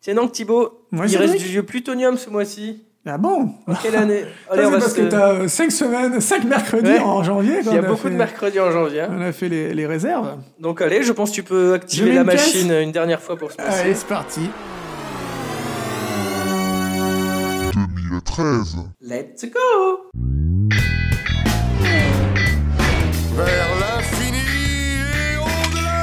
Tiens donc Thibaut, Ouais, il Cédric reste du vieux plutonium ce mois-ci. Ah bon En quelle année Ça, Allez, on C'est va parce se- que t'as 5 semaines, 5 mercredis Ouais. en janvier. Il qu'on y a a beaucoup fait- de mercredis en janvier. hein. On a fait les, les réserves. Donc allez, je pense que tu peux activer mets la une caisse. machine une dernière fois pour ce mois-ci. Allez, c'est parti. 2013. Let's go vers l'infini et au-delà.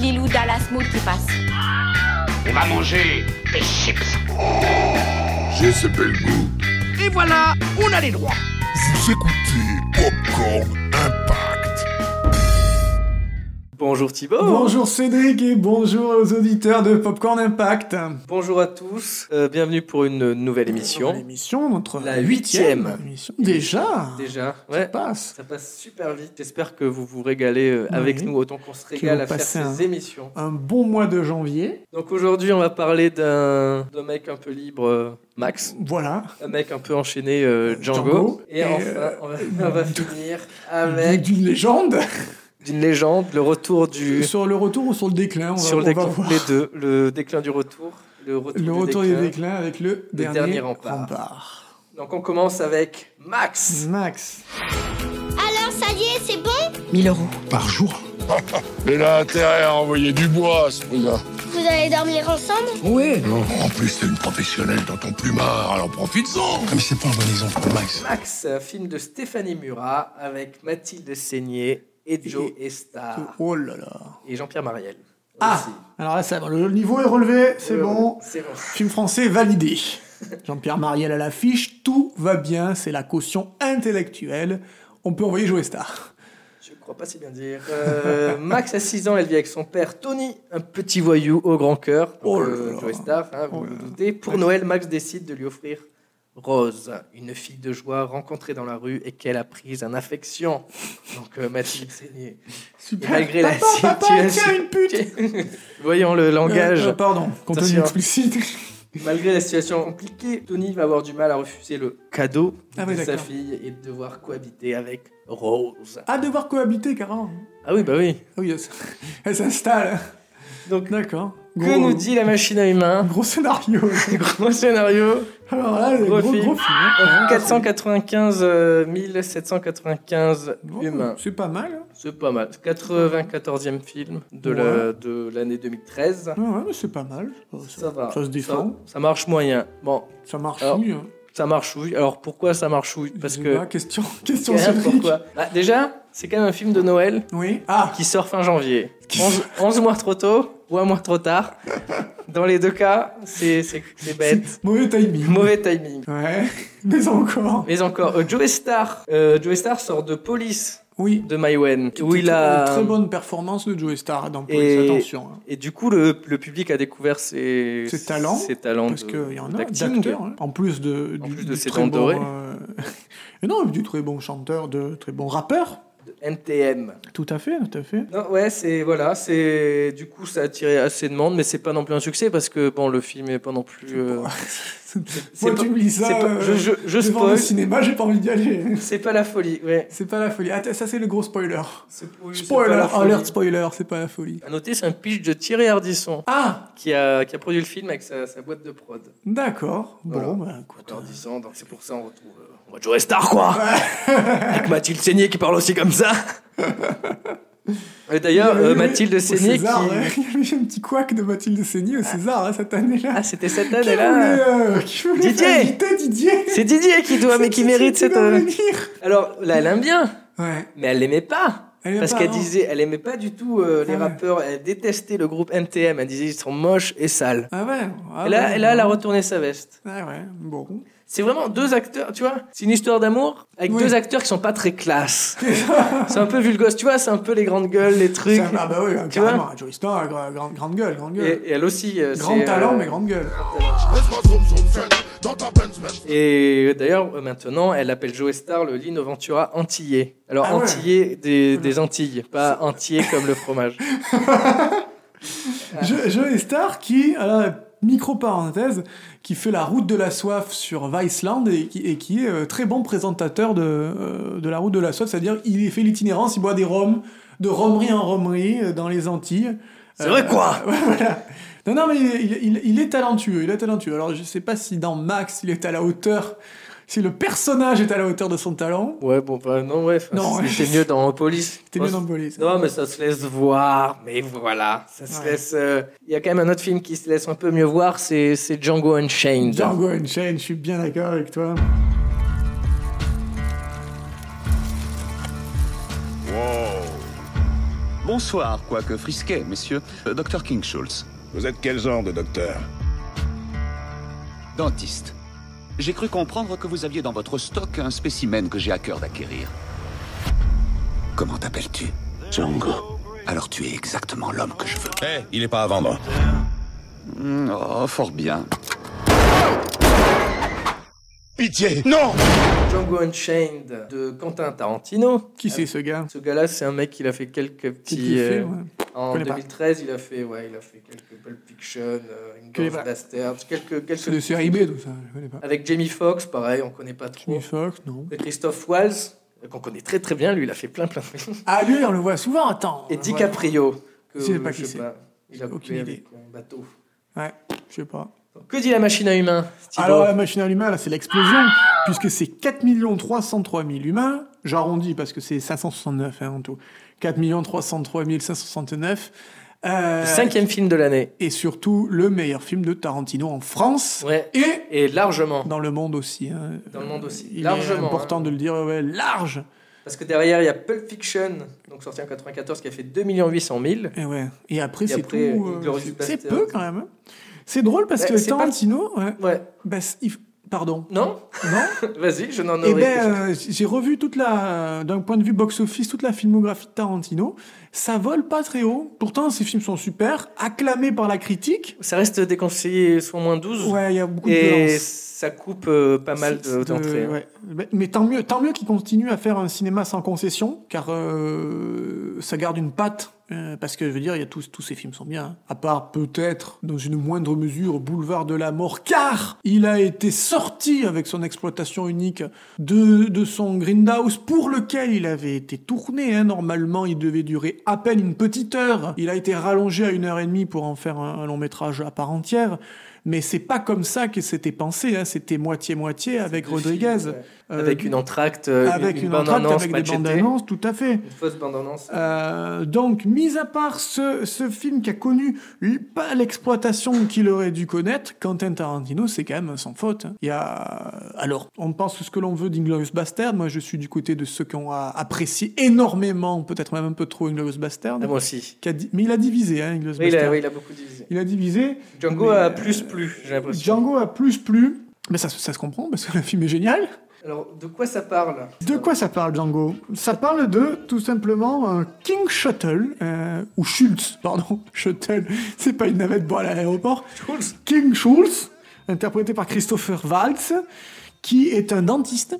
Lilou Dallas Mood qui passe. On va manger des chips. J'ai ce bel goût. Et voilà, on a les droits. Vous écoutez Popcorn Impact. Bonjour Thibaut Bonjour Cédric et bonjour aux auditeurs de Popcorn Impact. Bonjour à tous, Euh, bienvenue pour une nouvelle Dans émission. L'émission, notre La huitième. émission. Déjà. Déjà, Ça ouais. passe. Ça passe super vite. J'espère que vous vous régalez euh, avec Oui. nous autant qu'on se vous régale à faire passez ces un- émissions. Un bon mois de janvier. Donc aujourd'hui, on va parler d'un d'un mec un peu libre, euh, Max. Voilà. Un mec un peu enchaîné, euh, Django. Django. Et, Et, enfin, euh, on va, on va finir Avec avec d'une légende. d'une légende, le retour du. Sur le retour ou sur le déclin, on va, sur le on va déclin, voir. les deux. Le déclin du retour. Le retour, Le du retour déclin. du déclin avec le, dernier, dernier rempart. Donc on commence avec Max. Max. Alors ça y est, c'est bon 1000 euros. Par jour Mais là, intérêt à envoyer du bois à ce prix-là. Vous allez dormir ensemble Ouais. En plus, t'es une professionnelle dans ton plumard, alors profites-en Ah, Mais c'est pas un bon exemple pour Max. Max, un film de Stéphanie Murat avec Mathilde Seigné et Joe Estar Oh là là. et Jean-Pierre Mariel. Ah. Aussi. Alors là, ça, va, le niveau est relevé, c'est Euh, bon. C'est bon. Film français validé. Jean-Pierre Mariel à l'affiche, tout va bien, c'est la caution intellectuelle. On peut envoyer jouer star. Je crois pas si bien dire. Euh, Max a 6 ans, elle vit avec son père Tony, un petit voyou au grand cœur. Oh là Euh, là. Joe Star, hein, vous Oh vous là là. doutez. Pour Noël, Max décide de lui offrir Rose, une fille de joie rencontrée dans la rue et qu'elle a prise en affection. Donc euh, Mathilde Seigné. Et malgré la Papa, papa, situation. tiens une pute Voyons le langage. Euh, euh, Pardon, contenu Attention. explicite. Malgré la situation compliquée, Tony va avoir du mal à refuser le cadeau Ah de oui, sa d'accord. fille et de devoir cohabiter avec Rose. À devoir cohabiter, carrément. Ah oui, bah oui. Ah oui, elle s- elle s'installe. Donc, D'accord. que nous dit la machine à humains Gros scénario. Gros scénario. Alors là, le Gros gros, gros film. film. hein. Donc, 495 euh, 795 Bon, humains. C'est pas mal. hein. Oh, C'est pas mal. 94e film de la- de l'année 2013. Ouais, ouais, mais c'est pas mal. Ça va. Ça se défend. Ça, ça marche moyen. Bon, Ça, marche Alors, mieux. hein. ça marchouille. Alors pourquoi ça marchouille Parce Je sais que. pas, question, question Hein, Cédric. pourquoi Bah, Déjà, c'est quand même un film de Noël Oui. Ah, qui sort fin janvier. 11, mois trop tôt ou un mois trop tard. Dans les deux cas, c'est c'est- c'est bête. mauvais timing. Mauvais timing. Ouais, mais encore. Mais encore, euh, Joe Star. euh, Joe Star sort de Police Oui. de Mywen. Où il Très- a. Très bonne performance de Joe Star dans Police, euh, Et- attention. hein. Et du coup, le, le public a découvert ses, Ses talents, ses talents Parce de- qu'il y en a d'acting. d'acteurs, hein. en plus de, En du, plus de du ses très dents bon, dorées. euh, et non, du très bon chanteur, de très bon rappeur. de NTM. Tout à fait, tout à fait. Non, ouais, c'est voilà, c'est du coup ça a attiré assez de monde, mais c'est pas non plus un succès parce que bon, le film est pas non plus. euh, c'est Moi, pas- tu me dis c'est ça. pas- je, euh, je, je devant spoil. le cinéma, j'ai pas envie d'y aller. C'est pas la folie, ouais. C'est pas la folie. Attends, ça c'est le gros spoiler. C'est- oui, c'est pas Spoiler, la folie. alert spoiler, c'est pas la folie. À noter, c'est un pitch de Thierry Ardisson Ah, qui a, qui a produit le film avec sa, sa boîte de prod. d'accord. Bon, Voilà. bah, écoute. Bah, Thierry Ardisson, donc c'est pour ça on retrouve. euh, on voit Joe Star quoi Avec Mathilde Seigné qui parle aussi comme ça Et D'ailleurs, Il y avait euh, eu- Mathilde au Seigné qui. César, ouais. Il y avait eu un petit couac de Mathilde Seigné au César hein, cette année-là. Ah, c'était cette Qui année là voulait, euh, qui voulait Didier faire inviter Didier C'est Didier qui doit, mais qui Didier mérite cette. doit euh, venir. Alors là, elle aime bien, Ouais. mais elle l'aimait pas. Elle aime Parce pas, hein. qu'elle non. disait, elle aimait pas du tout euh, les Ah ouais. rappeurs, elle détestait le groupe MTM, elle disait ils sont moches et sales. Ah ouais. Ah et là, ouais, et là, elle a ouais. retourné sa veste. Ah ouais, bon. C'est vraiment deux acteurs, tu vois. C'est une histoire d'amour avec Oui. deux acteurs qui sont pas très classe. c'est un peu vulgose, tu vois, c'est un peu les grandes gueules, les trucs. Ça- Ah bah oui, Tu carrément. Joey Star, gra- grande, grande gueule, grande Et, gueule. et elle aussi. euh, Grand c'est, euh, talent, mais grande gueule. Et d'ailleurs, euh, maintenant, elle appelle Joe Star le Lino Ventura antillais. Alors, Ah ouais. antillais des, des Antilles, pas entier comme le fromage. Je- Joey Star qui, alors, micro parenthèse, qui fait la route de la soif sur Viceland et qui, et qui est euh, très bon présentateur de, euh, de la route de la soif, c'est-à-dire il fait l'itinérance, il boit des rhums, de romerie en romerie euh, dans les Antilles. Euh, C'est vrai quoi Voilà. Non, non, mais il, il- il est talentueux, il est talentueux. Alors, je sais pas si dans Max, il est à la hauteur, si le personnage est à la hauteur de son talent. Ouais, bon, bah non, ouais. enfin, Non, ouais. C'était mieux dans Police. C'était mieux dans Police. Non, mais ça se laisse voir, mais voilà. Ça se Ouais. laisse. euh, Il y a quand même un autre film qui se laisse un peu mieux voir, c'est c'est Django Unchained. Django Unchained, je suis bien d'accord avec toi. Bonsoir, quoique frisquet, messieurs. Euh, Docteur King Schultz, Vous êtes quel genre de docteur dentiste. J'ai cru comprendre que vous aviez dans votre stock un spécimen que j'ai à cœur d'acquérir. Comment t'appelles-tu Django. Alors tu es exactement l'homme que je veux. Eh, il est pas à vendre. Mm, Oh, fort bien. Pitié Non Django Unchained de Quentin Tarantino. Qui c'est ce gars Ce gars-là, c'est un mec Ah qui a fait quelques petits. fait, euh, ouais. En connais pas. 2013, il a fait, ouais, il a fait quelques Pulp Fiction, euh, Connais Inglourious pas. Basterds, quelques quelques. C'est de série B, tout ça, je connais pas. Avec Jamie Foxx, pareil, on connaît pas trop. Jimmy Fox, non. Et Christophe Waltz, euh, qu'on connaît très très bien, lui, il a fait plein plein de films. Ah, lui, on le voit souvent, attends. Et on le voit- DiCaprio. Que, Je sais pas qui sais c'est. pas, Il a Aucune coupé idée. avec un bateau. Ouais, je sais pas. Que dit la machine à humains Thibaut Alors euh, la machine à l'humain, là, c'est l'explosion, puisque c'est 4 303 000 humains, j'arrondis parce que c'est 569 hein, en tout, 4 303 569, euh, Cinquième film de l'année. et surtout le meilleur film de Tarantino en France, Ouais. et Et largement. dans le monde aussi. hein. Dans le monde aussi. Il est Largement, important hein. de le dire, ouais, large. Parce que derrière, il y a Pulp Fiction, donc sorti en 94, qui a fait 2 800 000. Et, Eh ouais. et après, Et c'est tout. après, euh, Inglourious c'est- c'est Basterds. peu quand même. hein. C'est drôle parce Ouais, que c'est pas- Tarantino... ouais, Ouais. bah, c'est- il- Pardon. Non Non Vas-y, je n'en Eh aurais ben, que- euh, j'ai revu toute la, euh, d'un point de vue box-office, toute la filmographie de Tarantino. Ça vole pas très haut. Pourtant, ces films sont super, acclamés par la critique. Ça reste déconseillé sur moins 12. euh, Ouais, il y a beaucoup de et violence. Ah, ça coupe euh, pas mal C'est- de- de- d'entrées. hein. ouais. Mais- Mais tant mieux, tant mieux qu'il continue à faire un cinéma sans concession, car euh, ça garde une patte. euh, parce que je veux dire, il y a tous, tous ces films sont bien. hein. À part peut-être, dans une moindre mesure, Boulevard de la Mort, car il a été sorti avec son exploitation unique de, de son Grindhouse, pour lequel il avait été tourné. hein. Normalement, il devait durer à peine une petite heure. Il a été rallongé à une heure et demie pour en faire un, un long métrage à part entière. Mais c'est pas comme ça que c'était pensé. hein. C'était moitié-moitié avec Rodriguez. Ouais. Euh, avec une entracte, euh, avec une, une bande entracte, annonce avec des matchetée. bandes annonces, tout à fait. Une fausse bande annonce. Euh, donc, mis à part ce, ce film qui a connu l- pas l'exploitation qu'il aurait dû connaître, Quentin Tarantino, c'est quand même un sans faute. hein. Il y a... Alors, on pense ce que l'on veut d'Inglorious Bastard. Moi, je suis du côté de ceux qui ont a- apprécié énormément, peut-être même un peu trop Inglorious Bastard. Ah, moi aussi. Qui a di- Mais il a divisé, hein, Inglourious Oui il, a, Bastard. oui, il a beaucoup divisé. Il a divisé. Django Mais, a euh, plus plus, j'ai l'impression. Django a plus plu. Mais ça, se- ça se comprend parce que le film est génial. Alors, de quoi ça parle De quoi ça parle, Django Ça parle de, tout simplement, un King Shuttle, euh, ou Schultz, pardon, Shuttle, c'est pas une navette pour aller à l'aéroport. Schultz. King Schultz, interprété par Christopher Waltz, qui est un dentiste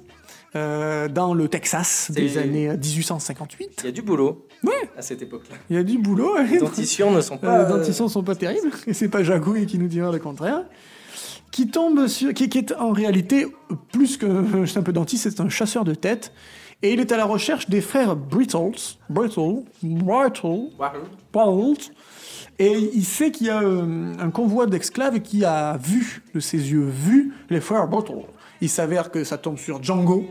euh, dans le Texas des C'est- années euh, Il 1858. y a du boulot Ouais. à cette époque-là. Il y a du boulot. Les hein. dentitions ne sont Euh, pas. les dentitions sont pas terribles, et c'est pas Jacouille qui nous dira le contraire. Qui tombe sur, qui, qui est en réalité plus que c'est un peu dentiste, c'est un chasseur de tête, et il est à la recherche des frères Brittles, Brittle, Brittle, Wahoo. Brittle, et il sait qu'il y a euh, un convoi d'esclaves qui a vu de ses yeux vu les frères Brittle. Il s'avère que ça tombe sur Django,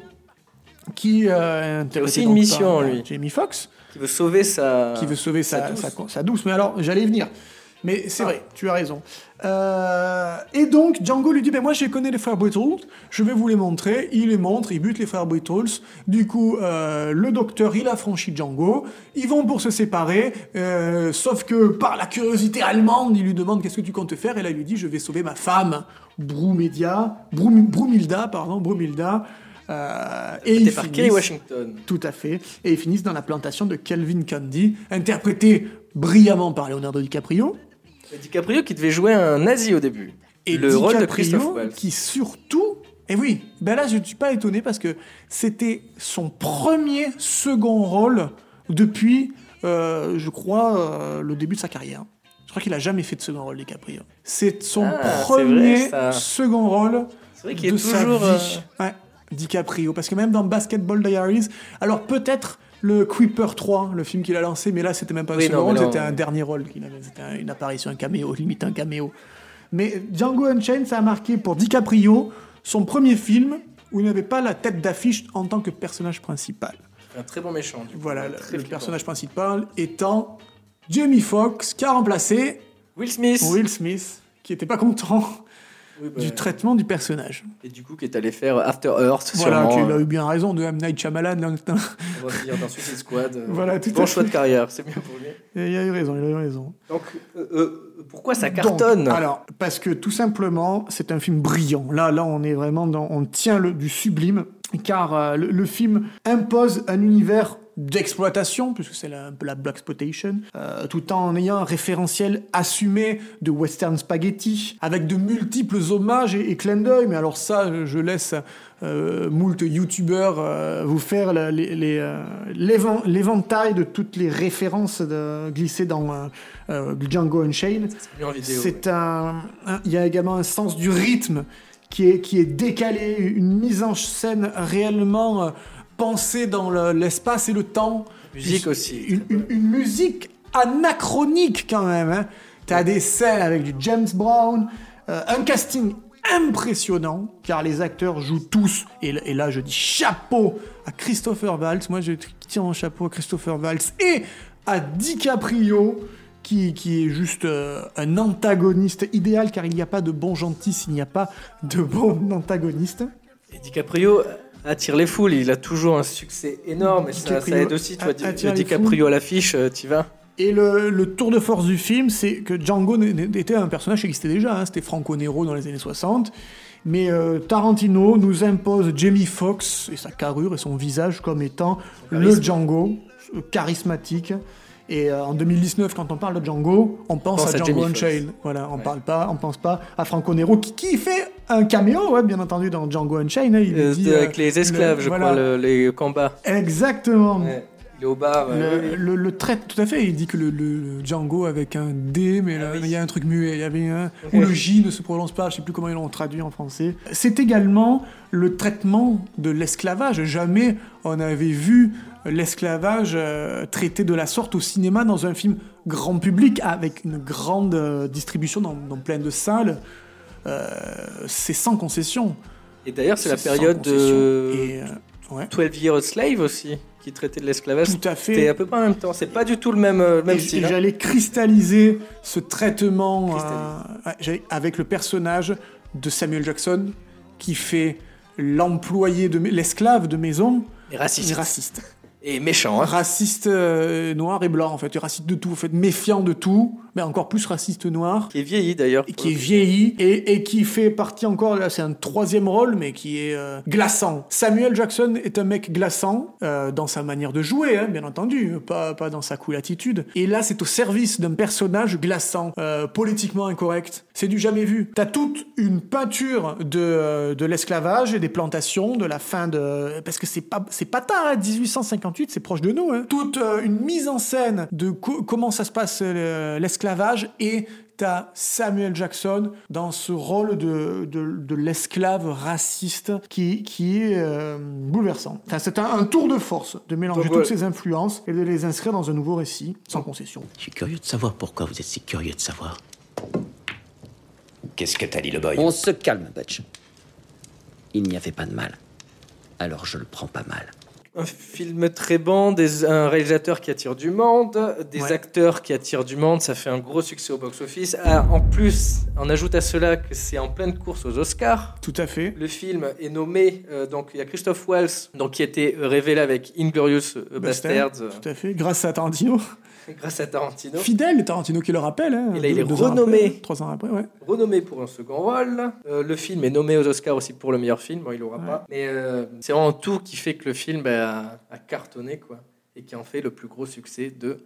qui euh, est interprété aussi une donc mission, par, euh, lui. Jamie Foxx Qui veut sauver sa. qui veut sauver sa, douce. Ah. sa, sa douce. Mais alors, j'allais y venir. Mais c'est vrai, tu as raison. Euh, et donc, Django lui dit, ben moi, je connais les frères Brittles, je vais vous les montrer. Il les montre, il bute les frères Brittles. Du coup, euh, le docteur, il affranchit Django. Ils vont pour se séparer, euh, sauf que par la curiosité allemande, il lui demande, qu'est-ce que tu comptes faire Et là, il lui dit, je vais sauver ma femme, Brumédia, Brum- Brumilda, pardon, Brumilda. Euh, et C'était il par Kerry finit Washington. tout à fait. Et ils finissent dans la plantation de Calvin Candy, interprété brillamment par Leonardo DiCaprio. Et DiCaprio qui devait jouer un nazi au début. Et le DiCaprio, rôle de Christophe Waltz. qui surtout... Et oui, ben là je ne suis pas étonné parce que c'était son premier second rôle depuis, euh, je crois, euh, le début de sa carrière. Je crois qu'il a jamais fait de second rôle, DiCaprio. C'est son Ah, c'est premier vrai, ça. second rôle C'est vrai qu'il est de sa toujours. euh, vie. Ouais, DiCaprio. Parce que même dans Basketball Diaries, alors peut-être le Creeper 3, le film qu'il a lancé, mais là c'était même pas un Oui, second non, mais rôle, non. c'était un dernier rôle qu'il avait, c'était un- une apparition, un caméo, limite un caméo. Mais Django Unchained, ça a marqué pour DiCaprio son premier film où il n'avait pas la tête d'affiche en tant que personnage principal. Un très bon méchant. du coup. Voilà, Un le, Ah, très le flippant. personnage principal étant Jamie Foxx, qui a remplacé Will Smith. Will Smith, qui n'était pas content Oui, bah, du traitement du personnage. Et du coup, qui est allé faire After Earth. Voilà, sûrement, qu'il a euh, eu bien raison de M. Night Shyamalan. donc, On va finir dans Suicide Squad. euh, Voilà, tout Bon à choix fait. de carrière, c'est bien pour lui. Il a eu raison, il a eu raison. Donc, euh, euh, pourquoi ça cartonne Donc, alors, parce que tout simplement, c'est un film brillant. Là, là, on est vraiment dans, on tient le, du sublime, car euh, le, le film impose un univers d'exploitation, puisque c'est la, un peu la black exploitation, euh, tout en ayant un référentiel assumé de western spaghetti, avec de multiples hommages et, et clins d'œil. Mais alors ça, euh, je laisse euh, moult youtubeurs euh, vous faire la- les- les, euh, l'éven- l'éventail de toutes les références de- glissées dans euh, euh, Django Unchained. C'est mieux en vidéo. ouais. C'est un, un- il y a également un sens du rythme qui est, qui est décalé, une mise en scène réellement euh, pensée dans le- l'espace et le temps. Musique Une- aussi. Une, une- une musique anachronique quand même. Hein. T'as des scènes avec du James Brown, euh, un casting impressionnant, car les acteurs jouent tous, et, l- et là je dis chapeau à Christopher Waltz, moi je tire mon chapeau à Christopher Waltz, et à DiCaprio, qui, qui est juste euh, un antagoniste idéal, car il n'y a pas de bon gentil s'il n'y a pas de bon antagoniste. Et DiCaprio attire les foules, il a toujours un succès énorme et ça, DiCaprio ça aide aussi, tu vois, attire le les DiCaprio à l'affiche, euh, t'y vas. Et le, le tour de force du film, c'est que Django n- n- était un personnage qui existait déjà, hein, c'était Franco Nero dans les années 60, mais euh, Tarantino nous impose Jamie Foxx et sa carrure et son visage comme étant le charisme. Django, euh, charismatique. Et euh, en 2019, quand on parle de Django, on pense, pense à, à Jamie Django Foxx. Unchained. Voilà, on Ouais. parle pas, on pense pas à Franco Nero qui, qui fait un caméo, ouais, bien entendu, dans Django Unchained. hein, il Euh, dit, avec euh, les esclaves, le- je voilà. crois, le- les combats. Exactement. Ouais. Il est au bar. euh, Le, le, le trait, tout à fait, il dit que le, le- le Django avec un D, mais là, Ah oui. il y a un truc muet, il y avait un, Oui. ou le J ne se prononce pas, je sais plus comment ils l'ont traduit en français. C'est également le traitement de l'esclavage. Jamais on avait vu l'esclavage euh, traité de la sorte au cinéma dans un film grand public avec une grande euh, distribution dans, dans plein de salles. Euh, c'est sans concession. Et d'ailleurs, c'est la sans période concession. de Et, euh, ouais, 12 Years a Slave aussi, qui traitait de l'esclavage. tout à fait. C'était à peu près en même temps, c'est pas du tout le même, euh, le même Et- style. et hein. j'allais cristalliser ce traitement Cristalliser. euh, ouais, j'allais- avec le personnage de Samuel Jackson qui fait l'employé de ma- l'esclave de maison Et raciste. il est raciste Et méchant, hein. raciste euh, noir et blanc en fait Il est raciste de tout en fait méfiant de tout mais encore plus raciste noir Qui est vieilli d'ailleurs. et qui est vieilli et, et qui fait partie encore, là c'est un troisième rôle, mais qui est euh, glaçant. Samuel Jackson est un mec glaçant euh, dans sa manière de jouer, hein, bien entendu, pas, pas dans sa cool attitude. Et là c'est au service d'un personnage glaçant, euh, politiquement incorrect. C'est du jamais vu. T'as toute une peinture de, euh, de l'esclavage et des plantations, de la fin de... Parce que c'est pas, c'est pas tard, hein, 1858, c'est proche de nous. hein. Toute euh, une mise en scène de co- comment ça se passe euh, l'esclavage et T'as Samuel Jackson dans ce rôle de, de, de l'esclave raciste qui, qui est euh, bouleversant. Enfin, c'est un, un tour de force de mélanger Donc, toutes ouais. ces influences et de les inscrire dans un nouveau récit, sans concession. Je suis curieux de savoir pourquoi vous êtes si curieux de savoir. Qu'est-ce que t'as dit, le boy On se calme, Butch. Il n'y avait pas de mal. Alors je le prends pas mal. Un film très bon, des- un réalisateur qui attire du monde, des Ouais. acteurs qui attirent du monde, ça fait un gros succès au box-office. Ah, en plus, on ajoute à cela que c'est en pleine course aux Oscars. Tout à fait. Le film est nommé, euh, donc il y a Christophe Waltz, donc, qui a été euh, révélé avec Inglorious euh, Bastards, euh, Tout à fait, grâce à Tarantino. grâce à Tarantino. Fidèle Tarantino qui le rappelle. hein, Et là, il est deux- deux ans renommé. après, trois ans après, ouais. Renommé pour un second rôle. Euh, le film est nommé aux Oscars aussi pour le meilleur film, bon, il l'aura pas. Mais euh, c'est vraiment tout qui fait que le film bah, a, a cartonné, quoi, et qui en fait le plus gros succès de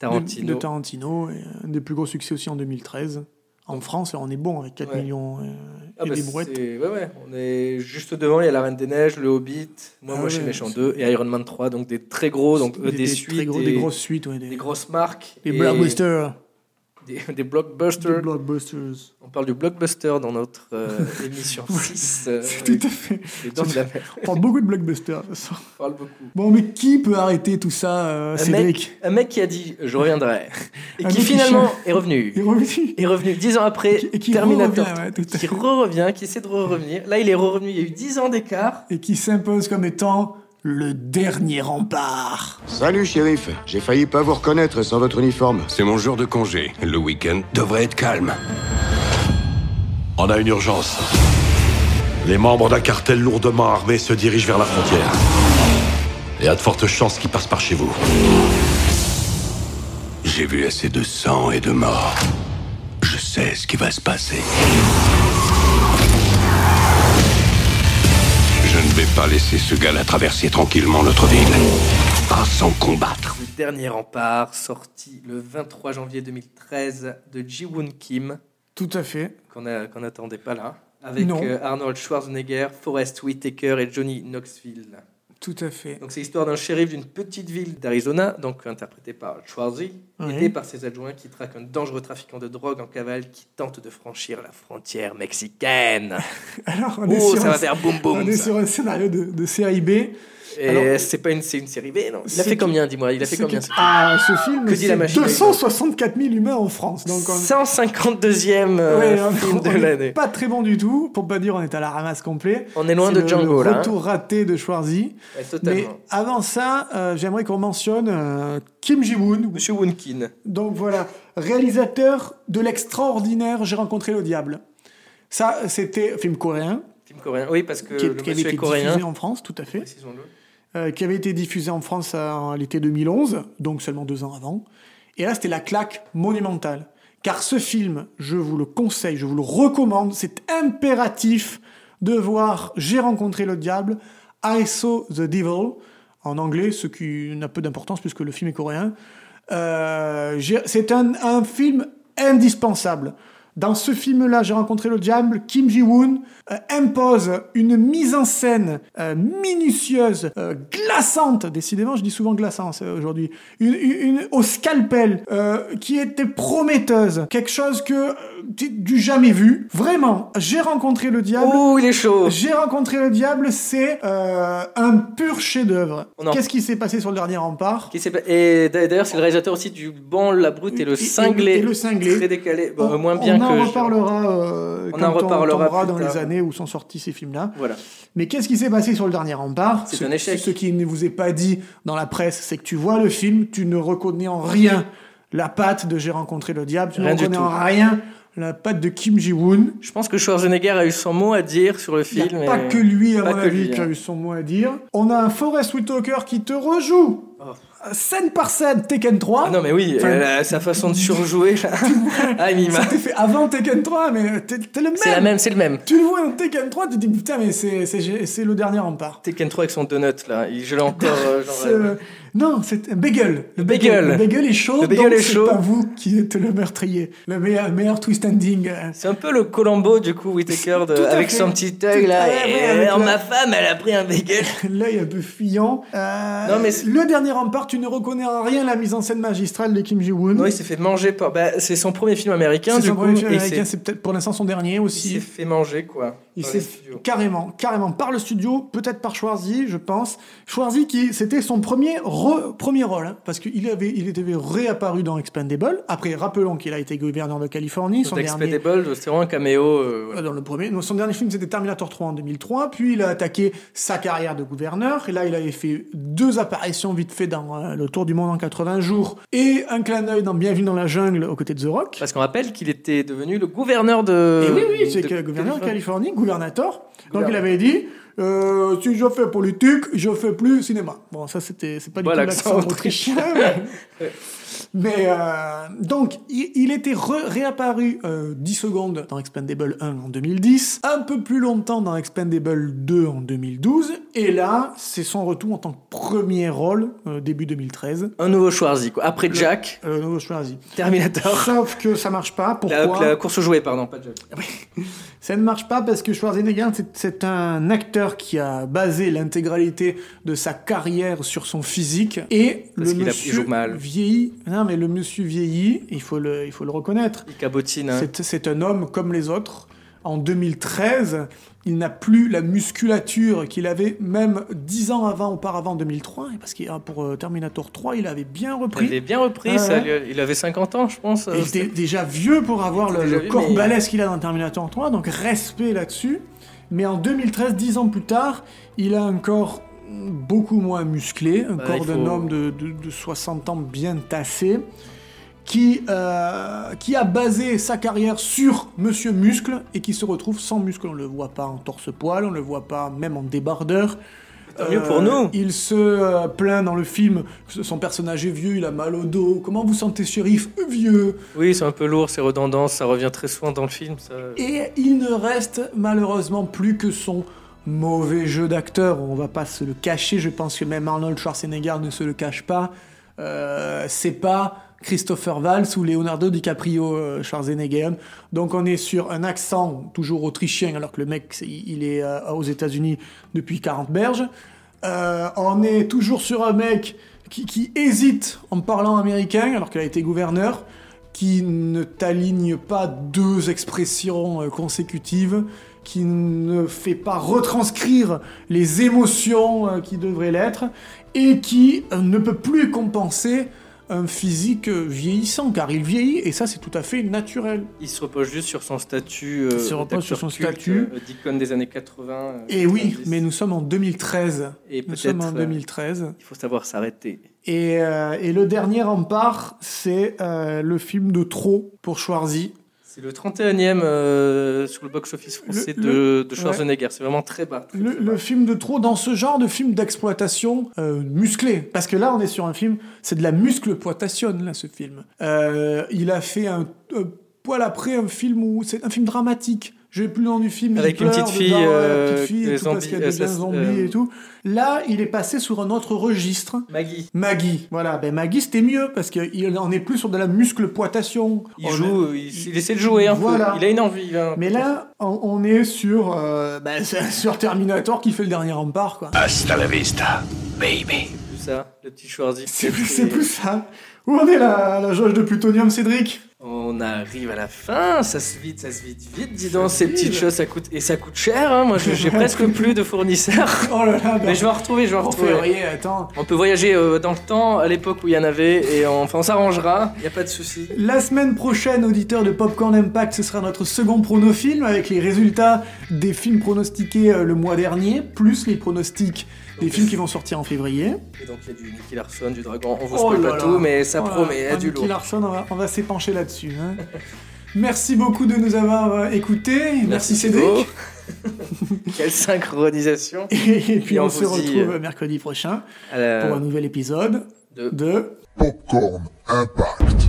Tarantino. De, de Tarantino, et euh, un des plus gros succès aussi en 2013. En France, là, on est bon avec 4 Ouais. millions euh, Ah et bah, des brouettes. c'est- Ouais, ouais. On est juste devant, il y a La Reine des Neiges, Le Hobbit, Moi, Ah moi, je suis ouais, méchant c'est- 2 et Iron Man 3, donc des très gros, donc euh, des, très suites, gros- des, des grosses suites, ouais, des, des grosses marques. des et blockbusters. Des, des blockbusters. Des blockbusters. On parle du blockbuster dans notre euh, émission 6. euh, Tout à fait. les dents de la mer. On parle beaucoup de blockbusters, de toute façon. On parle beaucoup. Bon, mais qui peut arrêter tout ça, euh, Un Cédric mec, un mec qui a dit je reviendrai et Un qui mec qui finalement cherche. est revenu. Il est revenu. Est revenu dix ans après Et qui Terminator. re-revient, ouais, tout qui à fait. re-revient, qui essaie de re-revenir. Là, il est re-revenu. Il y a eu dix ans d'écart. Et qui s'impose comme étant le dernier rempart. Salut, shérif. J'ai failli pas vous reconnaître sans votre uniforme. C'est mon jour de congé. Le week-end devrait être calme. On a une urgence. Les membres d'un cartel lourdement armé se dirigent vers la frontière. Et a de fortes chances qu'ils passent par chez vous. J'ai vu assez de sang et de mort. Je sais ce qui va se passer. Je ne vais pas laisser ce gars-là traverser tranquillement notre ville. Pas sans combattre. Le dernier rempart, sorti le 23 janvier 2013 de Ji-Woon Kim, Tout à fait. qu'on a- qu'on n'attendait pas là, avec Non. euh, Arnold Schwarzenegger, Forrest Whitaker et Johnny Knoxville. Tout à fait. Donc c'est l'histoire d'un shérif d'une petite ville d'Arizona, donc interprété par Schwarzy, Oui. aidé par ses adjoints qui traquent un dangereux trafiquant de drogue en cavale qui tente de franchir la frontière mexicaine. Alors, on est, Oh, sur, ça un, va faire boum on boum. est ça. sur un scénario de, de série B. Et Alors- c'est pas une, c'est une série B, non. Il a C'est fait que- combien, dis-moi Il a fait C'est combien que- Ah, ce film, Que dit la c'est machine à écrire 264 000 humains en France. Ah, Donc, on- 152e euh, Ouais, on- film de on est l'année. Pas très bon du tout, pour pas dire on est à la ramasse complet. On est loin C'est de le- Django, le là, hein. retour raté de Schwarzy. Ouais, Mais totalement. avant ça, euh, j'aimerais qu'on mentionne euh, Kim Ji-woon. Monsieur Woonkin. Donc voilà, réalisateur de l'extraordinaire J'ai rencontré le diable. Ça, c'était un film coréen Film coréen. Oui, parce que qui, Euh, le qui avait monsieur été est coréen. diffusé en France, tout à fait, Précisons-le. euh, qui avait été diffusé en France euh, en l'été 2011, donc seulement deux ans avant. Et là, c'était la claque monumentale. Car ce film, je vous le conseille, je vous le recommande, c'est impératif de voir J'ai rencontré le diable, I saw the devil, en anglais, ce qui n'a peu d'importance puisque le film est coréen. Euh, j'ai- c'est un, un film indispensable. Dans ce film-là, j'ai rencontré le diable. Kim Ji-woon euh, impose une mise en scène euh, minutieuse, euh, glaçante. Décidément, je dis souvent glaçante euh, aujourd'hui. Une, une- une- au scalpel, euh, qui était prometteuse. Quelque chose que euh, du- du jamais vu. Vraiment, j'ai rencontré le diable. Oh, il est chaud. J'ai rencontré le diable, c'est euh, un pur chef-d'œuvre. On en- Qu'est-ce qui s'est passé sur le dernier rempart Qui s'est pas- Et d'a- d'ailleurs, c'est le réalisateur aussi du Bon, la brute et le Et- et- cinglé. et le cinglé. Très décalé. Bon, on, moins bien on en que. reparlera euh, On quand en reparlera on tombera plus dans les tard. années où sont sortis ces films-là. Voilà. Mais qu'est-ce qui s'est passé sur le dernier rempart C'est Ce- un échec. Ce qui ne vous est pas dit dans la presse, c'est que tu vois le film, tu ne reconnais en rien la patte de J'ai rencontré le diable, tu Rien ne du reconnais en tout. rien la patte de Kim Ji-woon. Je pense que Schwarzenegger a eu son mot à dire sur le Il y a film. pas et- que lui, à pas mon que avis, lui, qui a hein. eu son mot à dire. On a un Forest Whitaker qui te rejoue Euh, scène par scène Tekken 3. Oh. Ah non, mais oui, Enfin, elle a sa façon de surjouer, là. ah, il m'a- ça t'est fait avant Tekken 3, mais t'es t'es le même. C'est la même, c'est le même. Tu le vois dans Tekken 3, tu te dis putain, mais c'est- c'est gé- c'est le dernier rempart. Tekken 3 avec son donut, là. Il- Je l'ai encore. euh, genre, C'est- euh, Non, c'est un bagel. Le bagel. Le bagel est chaud. Le bagel donc est c'est chaud. pas vous qui êtes le meurtrier. Le meilleur, meilleur twist ending. euh, C'est un peu le Colombo, du coup, Whitaker, de- Tout à avec fait. son petit œil, Tout- là. ouais, ouais, et avec alors, la- ma femme, elle a pris un bagel. L'œil un peu fuyant. Euh, Non, mais c'est- le dernier rempart, tu ne reconnais en rien la mise en scène magistrale de Kim Ji-woon. Non, il s'est fait manger par. Bah, c'est son premier film américain, Mmh. c'est du son coup. premier film et il américain, s'est- c'est peut-être pour l'instant son dernier il aussi. s'est fait manger, quoi. Il dans s'est les studios. carrément, carrément par le studio, peut-être par Schwarzy, je pense. Schwarzy qui c'était son premier re- premier rôle hein, parce qu'il avait il était réapparu dans Expandable. Après, rappelons qu'il a été gouverneur de Californie, son Dans dernier Expendable, c'est vraiment un caméo. euh, voilà. euh, dans le premier, non, son dernier film c'était Terminator 3 en 2003, puis il a attaqué sa carrière de gouverneur, et là il avait fait deux apparitions vite fait dans euh, Le Tour du Monde en 80 jours, et un clin d'œil dans Bienvenue dans la jungle aux côtés de The Rock. Parce qu'on rappelle qu'il était devenu le gouverneur de. Et oui, oui, c'est Euh, de- que le gouverneur de Californie. Californie, gouvernateur. Donc Gouverneur. il avait dit euh, si je fais politique, je fais plus cinéma. Bon, ça c'était c'est pas du Pas tout l'accent l'accent autrichien. mais mais, euh, donc il, il était re- réapparu euh, 10 secondes dans Expendable 1 en 2010, un peu plus longtemps dans Expendable 2 en 2012, Et là, c'est son retour en tant que premier rôle, euh, début 2013. Un nouveau Schwarzy, quoi. Après Jack, Euh, nouveau Schwarzy. Terminator. Sauf que ça marche pas. La, Pourquoi la course jouée, pardon, pas Jack. Ça ne marche pas parce que Schwarzenegger, c'est- c'est un acteur qui a basé l'intégralité de sa carrière sur son physique et Parce qu'il le a- il monsieur joue mal. vieillit. Non, mais le monsieur vieillit, il faut le, il faut le reconnaître. Il cabotine. hein. C'est- C'est un homme comme les autres. En 2013, il n'a plus la musculature qu'il avait même 10 ans avant, auparavant, en 2003. Parce que pour euh, Terminator 3, il avait bien repris. Il avait bien repris, Ah, Ouais, ça, ouais. lui- il avait 50 ans, je pense. Il euh, était déjà vieux pour avoir le, Déjà le vieux, corps mais- balèze qu'il a dans Terminator 3, donc respect là-dessus. Mais en 2013, dix ans plus tard, il a un corps beaucoup moins musclé, un Bah, corps il d'un faut- homme de, de- de 60 ans bien tassé, qui, euh, qui a basé sa carrière sur Monsieur Muscle et qui se retrouve sans muscle. On le voit pas en torse-poil, on le voit pas même en débardeur. Tant mieux pour nous. Il se euh, plaint dans le film que son personnage est vieux, il a mal au dos. Comment vous sentez, shérif Vieux. Oui, c'est un peu lourd, c'est redondant, ça revient très souvent dans le film. Ça... Euh, Et il ne reste malheureusement plus que son mauvais jeu d'acteur. On va pas se le cacher. Je pense que même Arnold Schwarzenegger ne se le cache pas. Euh, c'est pas Christopher Valls ou Leonardo DiCaprio euh, Schwarzenegger. Donc on est sur un accent toujours autrichien, alors que le mec c'est- il est euh, aux États-Unis depuis 40 berges. Euh, on est toujours sur un mec qui, qui hésite en parlant américain, alors qu'il a été gouverneur, qui ne t'aligne pas deux expressions euh, consécutives, qui ne fait pas retranscrire les émotions euh, qui devraient l'être, et qui euh, ne peut plus compenser un physique euh, vieillissant, car il vieillit, et ça c'est tout à fait naturel. Il se repose juste sur son statut. euh, Il se repose d'acteur sur son culte, statut. euh, d'icône des années 80. euh, Et oui, 90. mais nous sommes en 2013. Et Nous sommes en peut-être, euh, 2013. Il faut savoir s'arrêter. Et, euh, et le dernier rempart, c'est euh, le film de trop pour Schwarzy. C'est le 31e euh, sur le box-office français Le- de, de Schwarzenegger. C'est vraiment très bas. très, Le, très le bas. film de trop dans ce genre de film d'exploitation euh, musclé. Parce que là, on est sur un film, c'est de la muscleploitation, là, ce film. Euh, il a fait un, un poil après un film où c'est un film dramatique. J'ai plus le nom du film. mais Avec il une pleure petite fille, dedans, euh, la euh, petite fille et les tout, parce qu'il y a zombies, déjà euh, un ça, zombie euh, et tout. Là, il est passé sur un autre registre. Maggie. Maggie, voilà, ben Maggie c'était mieux parce qu'il en est plus sur de la muscleploitation. Il On est- joue, il, il essaie de jouer un Oh, Voilà. peu. Il a une envie. hein. Mais là, on, on est sur, euh, ben, c'est- sur Terminator qui fait le dernier rempart, quoi. Hasta la vista, baby. C'est plus ça, le petit Schwarzy. C'est plus, c'est plus ça. Où en est la, la jauge de plutonium, Cédric On arrive à la fin, ça se vide, ça se vide vite. Dis donc, se ces vide. petites choses, ça coûte et ça coûte cher. hein. Moi, je- j'ai presque plus de fournisseurs. Oh là là, ben, Mais je vais en retrouver, je vais en en retrouver. février, attends. On peut voyager euh, dans le temps à l'époque où il y en avait et on, enfin, on s'arrangera, il a pas de souci. La semaine prochaine, auditeur de Popcorn Impact, ce sera notre second pronofilm avec les résultats des films pronostiqués euh, le mois dernier, plus les pronostics des films qui vont sortir en février. Et donc il y a du Nicky Larson, du Dragon, on vous Oh spoil là pas là. tout, mais ça Oh là promet, il y là, a du Nicky lourd. Larson, on va, on va s'épancher là-dessus. hein. Merci beaucoup de nous avoir euh, écoutés. Merci, Cédric. Thibaut. Quelle synchronisation Et, et puis Et on, on se euh, vous dit, retrouve euh, mercredi prochain à la- pour un nouvel épisode Euh, de- de Popcorn Impact.